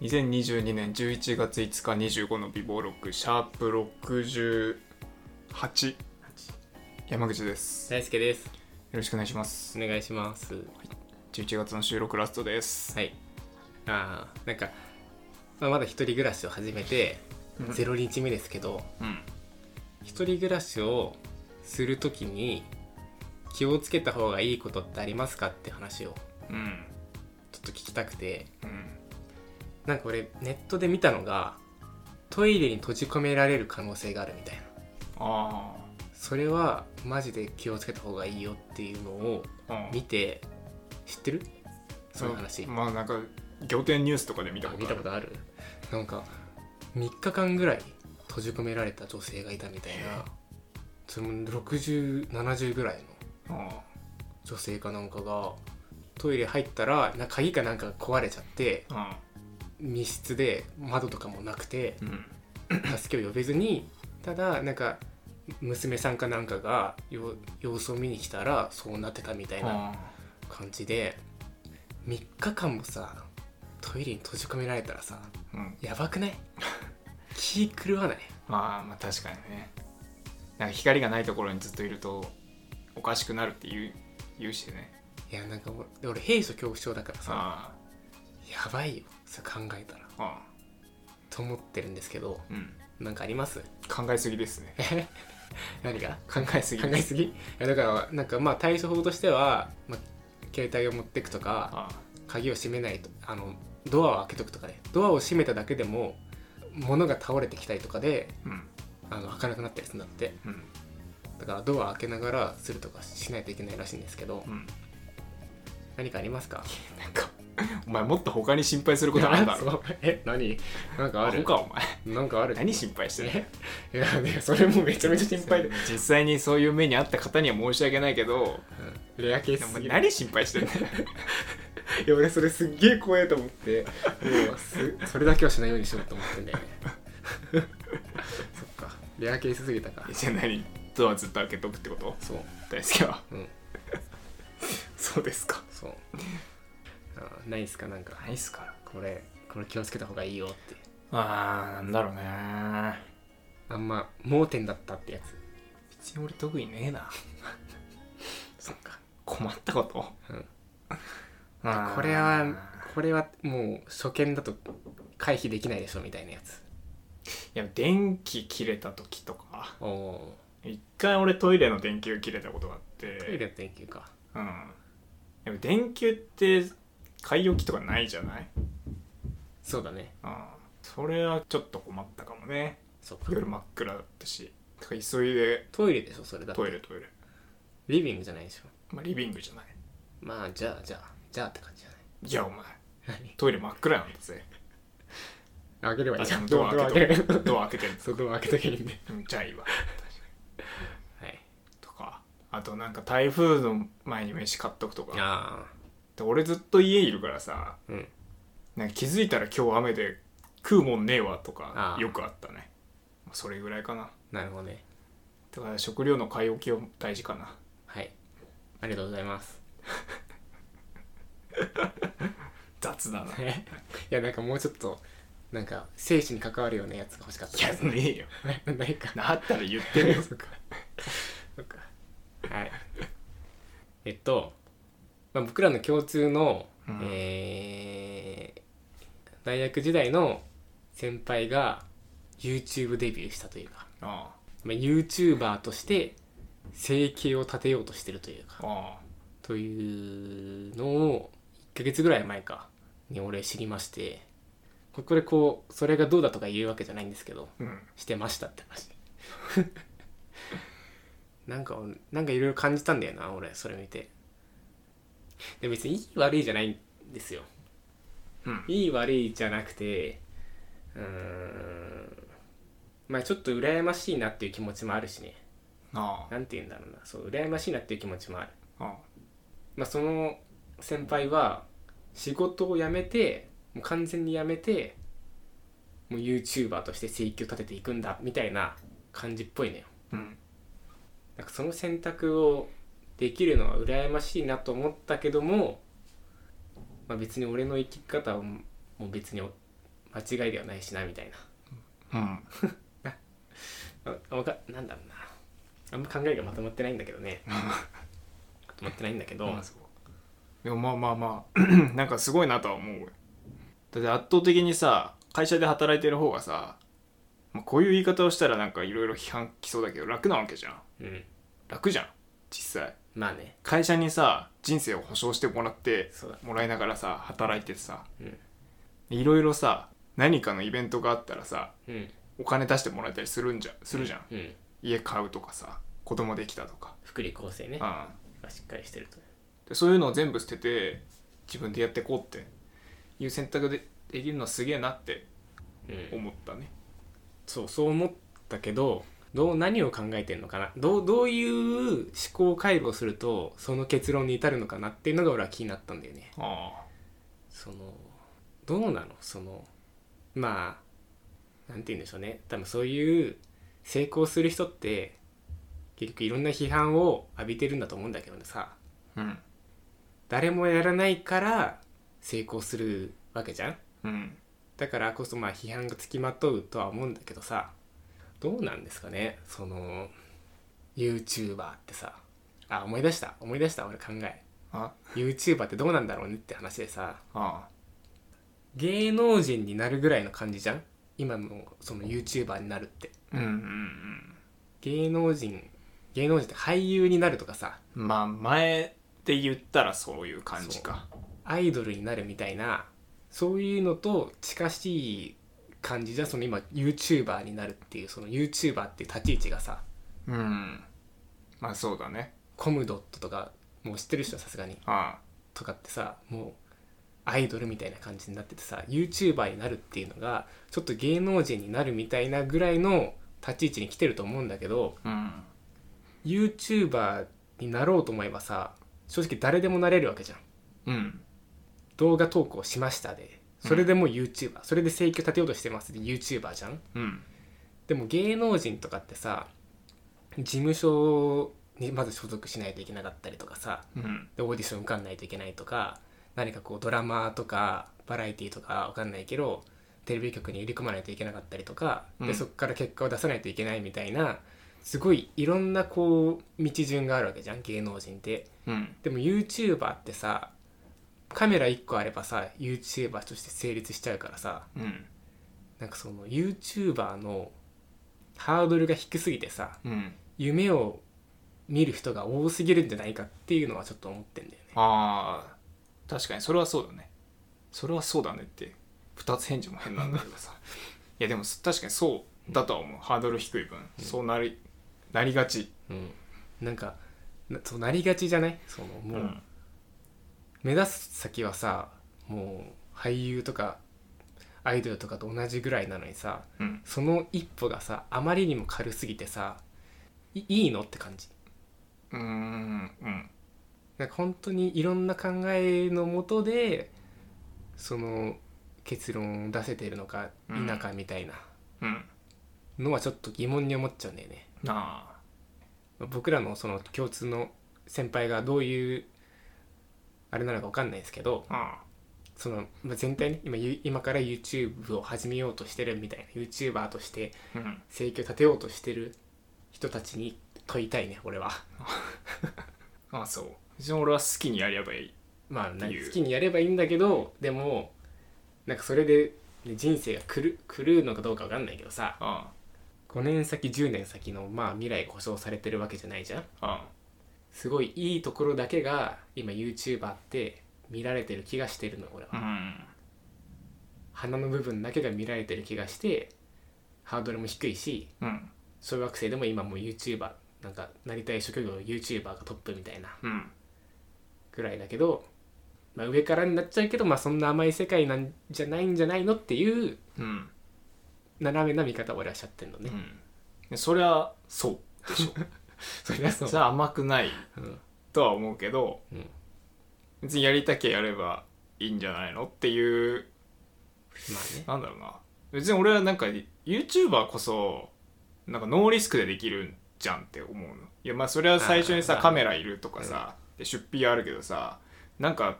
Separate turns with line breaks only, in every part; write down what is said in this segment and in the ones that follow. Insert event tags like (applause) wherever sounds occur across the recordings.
2022年11月5日25の美貌録シャープ68山口ですよ
大輔です
ろしくお願いします
お願いします
11月の収録ラストです、
はいあーなんか、まあ、まだ一人暮らしを始めて
うん
0日目ですけど
うん
一人暮らしをするときに気をつけた方がいいことってありますかって話を
うん
ちょっと聞きたくて
うん
なんか俺ネットで見たのがトイレに閉じ込められる可能性があるみたいな
あ
それはマジで気をつけた方がいいよっていうのを
ーあー
見て知ってるその話
まあなんか仰天ニュースとかで見た
あ
こと
見
あ
た
る
ことあるなんか3日間ぐらい閉じ込められた女性がいたみたいなそれも6070ぐらいの
あ
女性かなんかがトイレ入ったらな鍵かなんか壊れちゃって
ーあ
密室で窓とかもな
(clears throat)
くて
ーうん
助けを呼べずにただなんか娘さんかなんかがよ様子を見に来たらそうなってたみたい
あ
な感じで3日間もさトイレに閉じ込められたらさ
ーうん
やばくない (laughs) 気狂わない
まあまあ確かにねなんか光がないところにずっといるとおかしくなるって言う言うしね
いやなんか俺で俺閉所恐怖症だからさ
あ
やばいよそれ考えたら
ああ
と思ってるんですけど
あうん
なんかあります
考えすぎですね
何が
考えすぎ
考
で
え
す
すぎいやだからなんかまあ対処法としては、まあ、携帯を持ってくとか
あ
鍵を閉めないとあのドアを開けとくとかねドアを閉めただけでも物が倒れてきたりとかで
あうん
あの開かなくなったりするんだって
うん
だからドア開けながらするとかしないといけないらしいんですけど
うん
何かありますか
なんかお前もっと他に心配することあるだろ
(laughs) そうえ何なんかある
他お前
なんかある
何心配してる
え (laughs) いやねそれもめちゃめちゃ心配で、
実際にそういう目にあった方には申し訳ないけど
レアケー
お
スす
前
ぎる
何心配して (laughs) んだよ
いや俺それすっげえ怖いと思ってもうすそれだけはしないようにしようと思ってんだよね (laughs) そっかレアケースすぎたか
じゃあ何ドアずっと開けとくってこと
そう
大輔は
うん
(laughs) そうですか
そうあーないっすかなんか
ないっすから
これこれ気をつけた方がいいよって
あーなんだろうね
あんま盲点だったってやつ
別に俺特にねえな
そっか
困ったこと
うん
あー
これはこれはもう初見だと回避できないでしょみたいなやつ
いや電気切れた時とか
おお
一回俺トイレの電球切れたことがあって
トイレの電球か
うんでも電球って買い置きとかないじゃない
そうだね
うんそれはちょっと困ったかもね
そっか
夜真っ暗だったしだから急いで
トイレでしょそれだって
トイレトイレ、
リビングじゃないでしょ
まあ、リビングじゃない
まあじゃあじゃあじゃあって感じじゃ
いやお前
ない
トイレ真っ暗なんだぜ
開ければいい
確
じ
か
ゃん
にドア
ド
開
ア
け
開け
と
る
ドア開けてん
そこを開けとけばいいんで
うんじゃあいいわ
はい
とかあとなんか台風の前に飯買っとくとか
あ
で俺ずっと家いるからさ
あうん
なんか気づいたら今日雨で食うもんねえわとか
あー
よくあったねまあそれぐらいかな
なるほどね
だから食料の買い置きを大事かな
はいありがとうございます
雑だ
(laughs)
ない
やなんかもうちょっとなんか生死に関わるようなやつが欲しかった
やねえよ
や (laughs) ないか
なったら言って
(laughs)
るよ
そっかそっかはいえっと、まあ、僕らの共通の、
うん
えー大学時代の先輩が YouTube デビューしたというか、
あ
まあ、YouTuber として生計を立てようとしてるという
あ
か
あ
というのを1ヶ月ぐらい前かに俺知りましてここでこうそれがどうだとか言うわけじゃないんですけど
あうん
してましたって話 (laughs) なんかなんかいろいろ感じたんだよな俺それ見てでも別にいい悪いじゃないんですよ
うん
いい悪いじゃなくてうーんまあちょっと羨ましいなっていう気持ちもあるしね
あ
なんて言うんだろうなそう羨ましいなっていう気持ちもある
ああ
まあその先輩は仕事を辞めてもう完全に辞めてもう YouTuber として生計を立てていくんだみたいな感じっぽいのよ
うん
なんかその選択をできるのは羨ましいなと思ったけども、まあ、別に俺の生き方はもう別に間違いではないしなみたい
うん
なあわかなんだろうなあんま考えがまとまってないんだけど
(laughs)
ねまとまってないんだけど、
まあそうでもまあまあまあ (clears throat) なんかすごいなとは思うよだって圧倒的にさ会社で働いてる方がさ、まあこういう言い方をしたらなんかいろいろ批判きそうだけど楽なわけじゃん
うん
楽じゃん実際
まあね
会社にさ人生を保証してもらって
そうだ
もらいながらさ働いてさ
うん
いろいろさ何かのイベントがあったらさ
うん
お金出してもらえたりするんじゃするじゃん、
うん
家買うとかさ子供できたとか、
福利厚生ね
うん、
がしっかりしてると
でそういうのを全部捨てて自分でやってこうっていう選択でできるのはすげえなって
うん
思ったね、
そうそう思ったけどどう何を考えてるのかなどうどういう思考回路をするとその結論に至るのかなっていうのが俺は気になったんだよね
あ
そのどうなのそのまあなんて言うんでしょうね多分そういう成功する人って結局いろんな批判を浴びてるんだと思うんだけどさ
あうん
誰もやらないから成功するわけじゃん
うん
だからこそまあ批判がつきまとうとは思うんだけどさどうなんですかねその YouTuber ってさあ思い出した思い出した俺考え
あ
YouTuber ってどうなんだろうねって話でさ
あ
芸能人になるぐらいの感じじゃん今のその YouTuber になるって
うんうんうん
芸能人芸能人って俳優になるとかさ
まあ前で言ったらそういう感じか
アイドルになるみたいなそういうのと近しい感じじゃんその今 YouTuber になるっていうその YouTuber っていう立ち位置がさ
うんまあそうだね
コムドットとかもう知ってる人はさすがに
あ
とかってさもうアイドルみたいな感じになっててさ YouTuber になるっていうのがちょっと芸能人になるみたいなぐらいの立ち位置に来てると思うんだけど
あうん
YouTuber になろうと思えばさ正直誰でもなれるわけじ
う
ゃん
ん
動画投稿しましたでそれでもう YouTuber、それで生計立てようとしてますで YouTuber じゃん
うん
でも芸能人とかってさ事務所にまず所属しないといけなかったりとかさ
うん
でオーディション受かんないといけないとか何かこうドラマとかバラエティとか分かんないけどテレビ局に入り込まないといけなかったりとか、
う
で
ん
そこから結果を出さないといけないみたいなすごいいろんなこう道順があるわけじゃん芸能人って。
うん
でも YouTuber ってさカメラ1個あればさ YouTuber として成立しちゃうからさ
うん
なんかその YouTuber のハードルが低すぎてさ
うん
夢を見る人が多すぎるんじゃないかっていうのはちょっと思ってんだよね
ああ確かにそれはそうだねそれはそうだねって2つ返事も変なんだけど (laughs) さいやでもそ確かにそうだとは思う、ハードル低い分、そうなりなりがち、
うんなんかなそうなりがちじゃないそのもう、
うん
目指す先はさもう俳優とかアイドルとかと同じぐらいなのにさ
うん
その一歩がさあまりにも軽すぎてさいいいのって感じ
うーんうん
なんか本当にいろんな考えのもとでその結論を出せてるのか
うん
否かみたいな
うん
のはちょっと疑問に思っちゃうんだよね。
なあ
僕らのその共通の先輩がどういうあれなのか分かんないですけど
あ
そのまあ全体ね今ゆ今から YouTube を始めようとしてるみたいな YouTuber として
あうん
生計を立てようとしてる人たちに問いたいね俺は。
ああそう別に俺は好きにやればいい
まあ、なん
って
か
いう
好きにやればいいんだけどでもなんかそれで、ね、人生が狂う狂うのかどうかわかんないけどさ
あ
5年先10年先の、まあ、未来が保証されてるわけじゃないじゃん
ああ
すごいいいところだけが今 YouTuber って見られてる気がしてるの俺は、
あうん
鼻の部分だけが見られてる気がしてハードルも低いし
うん
小学生でも今もう YouTuber なんかなりたい職業 YouTuber がトップみたいな
うん
ぐらいだけど、まあ、上からになっちゃうけど、まあ、そんな甘い世界なんじゃないんじゃないのっていう
うん
斜めな見方を俺はしちゃってるの
う
ね、
んでそりゃそうでしょ
(laughs) そりゃそう
それは甘くない
うん
とは思うけど、
うん
別にやりたきゃやればいいんじゃないのっていう
まあね
なんだろうな別に俺はなんか YouTuber こそなんかノーリスクでできるんじゃんって思うのいやまあそれは最初に
あ
さ
ー
カメラいるとかさ、で出費あるけどさなんか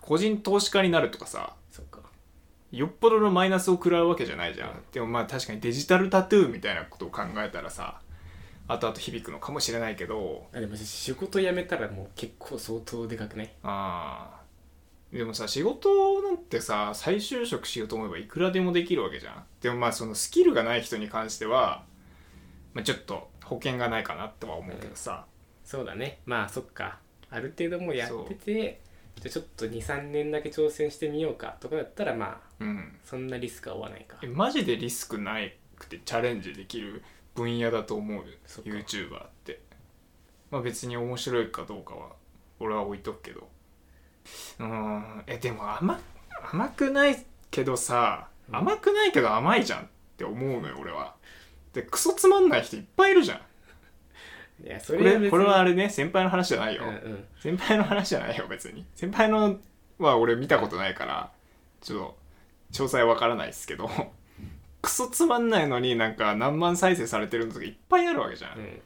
個人投資家になるとかさ
そっか
よっぽどのマイナスを食らうわけじゃないじゃん、でもまあ確かにデジタルタトゥーみたいなことを考えたらさ後々響くのかもしれないけど
あでも仕事辞めたらもう結構相当でかくない
あーでもさ仕事なんてさ再就職しようと思えばいくらでもできるわけじゃんでもまあそのスキルがない人に関しては、まあ、ちょっと保険がないかなとは思うけどさ、
そうだねまあそっかある程度もうやって
そう
てじゃあちょっと23年だけ挑戦してみようかとかだったらまあ
うん、
そんなリスクは負わないか
えマジでリスクないくてチャレンジできる分野だと思う
そっか
YouTuber ってまあ別に面白いかどうかは俺は置いとくけどうーんえでも甘甘くないけどさ
うん
甘くないけど甘いじゃんって思うのよ俺はでクソつまんない人いっぱいいるじゃん
いやそ
こ
れは
れ
別に
これはあれね先輩の話じゃないよ、
うんうん
先輩の話じゃないよ別に先輩のは俺見たことないからちょっと詳細わからないですけどクソつまんないのになんか何万再生されてるのとかいっぱいあるわけじゃん、
うん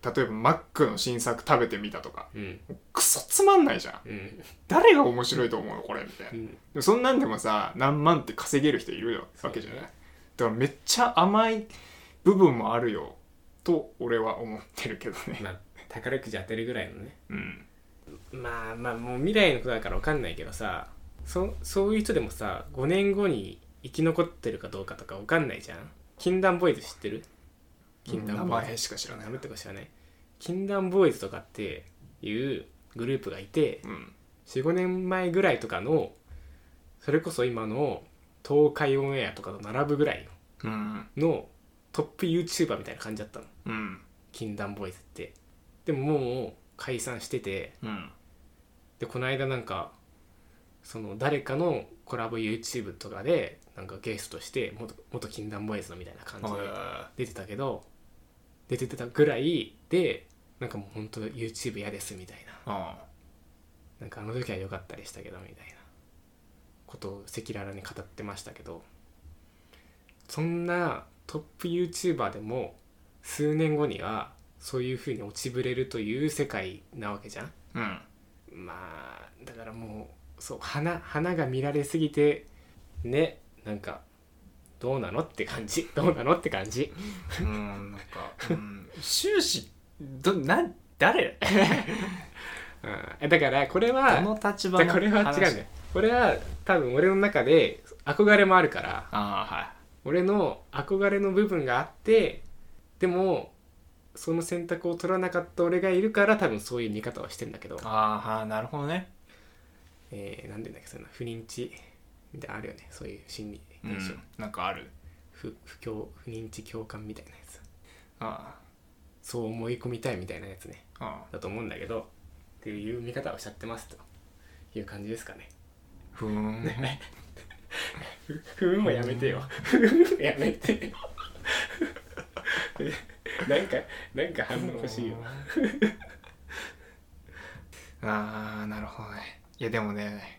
例えばマックの新作食べてみたとか
うん
クソつまんないじゃん
うん
誰が面白いと思うのこれみたいな
う
で
ん
もそんなんでもさ何万って稼げる人いるわけじゃないだからめっちゃ甘い部分もあるよと俺は思ってるけどね
まあ宝くじ当てるぐらいのね
うん
まあまあもう未来のことだから分かんないけどさそそういう人でもさ5年後に生き残ってるかどうかとか分かんないじゃん禁断ボーイズ知ってる禁
名
断ボーイ
前
ズ
しか知らない
名前とか知らない禁断ボーイズとかっていうグループがいて
うん
45年前ぐらいとかのそれこそ今の東海オンエアとかと並ぶぐらい
うん
のトップ YouTuber みたいな感じだったの
うん
禁断ボーイズってでももう解散してて
うん
でこの間なんかその誰かのコラボ YouTube とかでなんかゲストとして元元禁断ボーイズのみたいな感じで
あ
出てたけど出てたぐらいでなんかもう本当 YouTube 嫌ですみたいな
あ
なんかあの時は良かったでしたけどみたいなことを赤裸々に語ってましたけどそんなトップ YouTuber でも数年後にはそういう風に落ちぶれるという世界なわけじゃん
うん
まあだからもうそう花花が見られすぎてねなんかどうなのって感じ (laughs) どうなのって感じ
うんなんか、うん、 (laughs) 終始どな誰
うんだからこれ
ど
は
の立場
だ
の
これは違うんだよ
話
これは多分俺の中で憧れもあるから
あ
俺の憧れの部分があってでもその選択を取らなかった俺がいるから多分そういう見方をしてんだけど
あ、はいああなるほどね
えー、なんて言うんだっけその不認知みたいなのあるよねそういう心理
う
現象、
んなんかある
不不教不認知共感みたいなやつ
あ
そう思い込みたいみたいなやつね
あああ
だと思うんだけどっていう見方をしちゃってますという感じですかね
ふー (laughs) ん
ふふーんはやめてよふーんやめて (laughs) よなんかなんか反応欲しいよ
(laughs) ああなるほどねいやでもね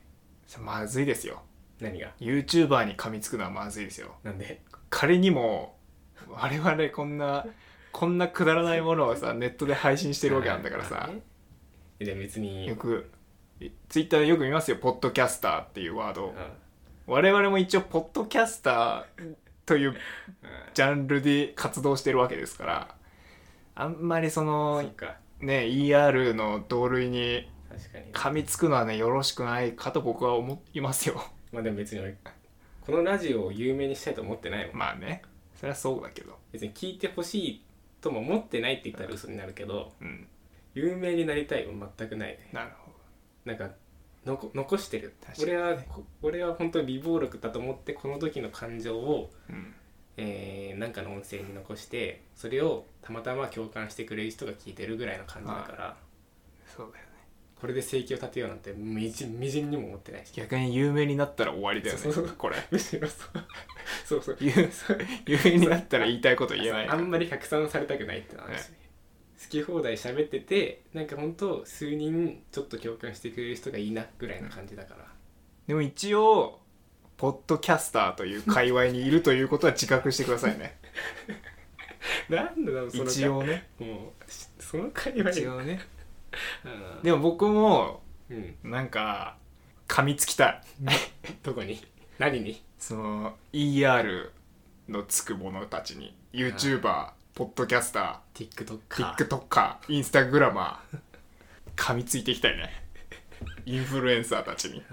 まずいですよ
何が
YouTuber に噛みつくのはまずいですよ
なんで
仮にも我々こんなこんなくだらないものをさネットで配信してるわけなんだから
ま
さ
あねで別に
よくツイッターでよく見ますよポッドキャスターっていうワード、
うん
我々も一応ポッドキャスターというジャンルで活動してるわけですからあんまりそ
そ
の
っか
ね ER の同類に
確かに
噛みつくのはねよろしくないかと僕は思いますよ
まあでも別に俺このラジオを有名にしたいと思ってないもん
まあねそれはそうだけど
別に聞いてほしいとも思ってないって言ったら嘘になるけど
うん
有名になりたいは全くないね
なるほ
なんかのこ残してる
確かに
俺はこ俺は本当に微暴力だと思ってこの時の感情を、
どうん
えー、なんかの音声に残してそれをたまたま共感してくれる人が聞いてるぐらいの感じだから、
そうだよね
これで生計を立てようなんてみじみじんにも思って (laughs) ないし
逆に有名になったら終わりだよね
そうそうそう
これ
むしろそうそうそう
有有名になったら言いたいこと言えない
あんまり拡散されたくないってのはあるしね好き放題喋っててなんかほんと数人ちょっと共感してくれる人がいいなぐらいの感じだから、
でも一応ポッドキャスターという界隈にいるということは自覚してくださいね
なんだろ (laughs) うその
一応ね
もうしその会話
一応ね
うん
でも僕も
うん
なんか噛みつきたい
どこに何に
その ER のつく者たちに YouTuber ポッドキャスタ
TikTok
ー
か
TikToker インスタグラ
(laughs)
マー噛みついていきたいねインフルエンサーたちに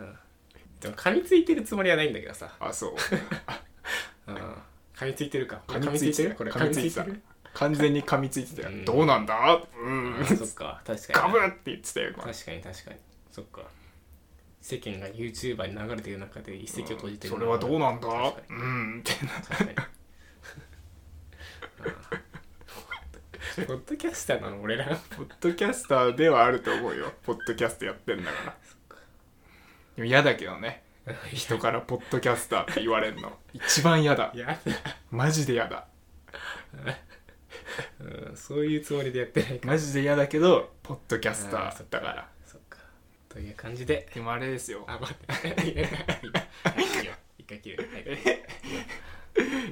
でも噛みついてるつもりはないんだけどさ、
あそう
うん、噛みついてるか
噛みついてる
これ
噛
噛
み
み
つ
つ
い
い
てた
てる
完全に噛みついてたよ、
うん
どうなんだうん
あそっか確か
ガ
に
ブって言ってたよ今
確かに確かにそっか世間が YouTuber に流れてる中で一石を投じてる、
それはどうなんだ
確か
う
に
んって
確かにあーポッドキャスターなの俺らが
ポッドキャスターではあると思うよポッドキャストやってんだからでも嫌だけどね人からポッドキャスターって言われる (laughs) の一番嫌だ
い (laughs) や
マジで嫌だ
うん、そういうつもりでやってないか
マジで嫌だけどポッドキャスタ
あー
ー
そっ
だから
そっかという感じで
でもあれですよ
あ待って (laughs) いやいいよ一回切る、はい、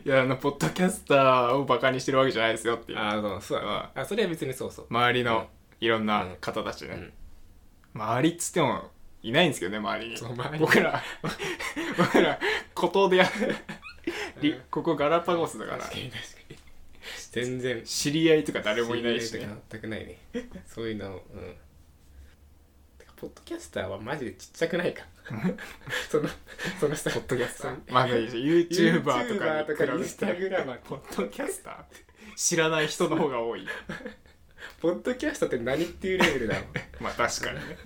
いやあのポッドキャスターをバカにしてるわけじゃないですよっていう
あーそうそうだなあそれは別にそうそう
周りのいろん
う
なん方たちね、
うん
周りっつってもいないんですけどね周りに
そう周り
僕ら (laughs) 僕ら孤島でやるり
うん
ここガラパゴスだから
確かに確か
(laughs)
に全然
知り合いとか (laughs) 誰もいないし
知り合
ね
とか全くないねそういうのうんてかポッドキャスターはマジでちっちゃ
(laughs)
くないかそのそのさポッドキャスター
まあね YouTuber とかに
イン
比
スタ
べて
グラマー
ポッドキャスター (laughs) 知らない人の方が多い
ポッドキャスターって何っていうレベルだろ
まあ確かにね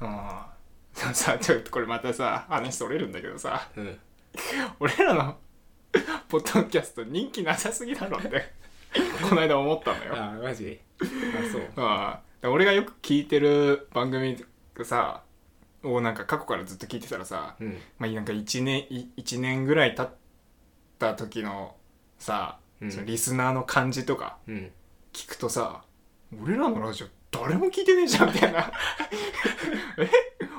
ああさあちょっとこれまたさ話それるんだけどさ
うん
俺らのポッドキャスト人気なさすぎだろってこの間思ったのよ
ああマジあ
(laughs)
そう
ああ俺がよく聞いてる番組がさをなんか過去からずっと聞いてたらさ、
うん
まあなんか1年い一年ぐらい経った時のさ、
うん
そのリスナーの感じとか
うん
聞くとさ俺らのラジオ誰も聞いてねえじゃんみたいな (laughs) え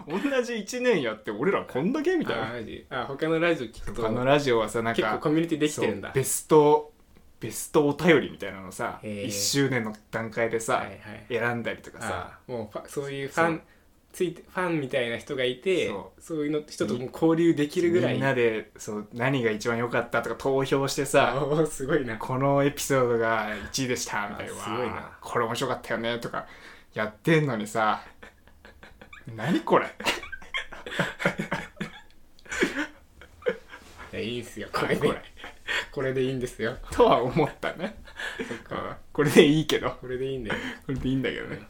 同じ1年やって俺らこんだけみたい
あー
な
マジあ他のラジオ聞くと
他のラジオはさなん
結構
か
コミュニティできてるん
そ
だ
うベストベストお便りみたいなのさ
へえ
1周年の段階でさ、
はいはい
選んだりとかさ
あーもうファそういうファ
そ
ンついてファンみたいな人がいて
そ
そういうの人ともう交流できるぐらい
みんなでそう何が一番良かったとか投票して
あ
さ
ーすごいな
このエピソードが1位でしたみたいな
あすごいな
わあこれ面白かったよねとかやってんのに
(laughs)
さ何これ
いやいいんすよこれで
これ
これでいいんですよ
とは思ったねうんこれでいいけどこ
これでいいんだよ
れでいいんだけどね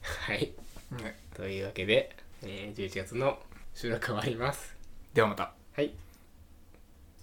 はい
ね
というわけで、えー11月の収録終わります
ではまた
はい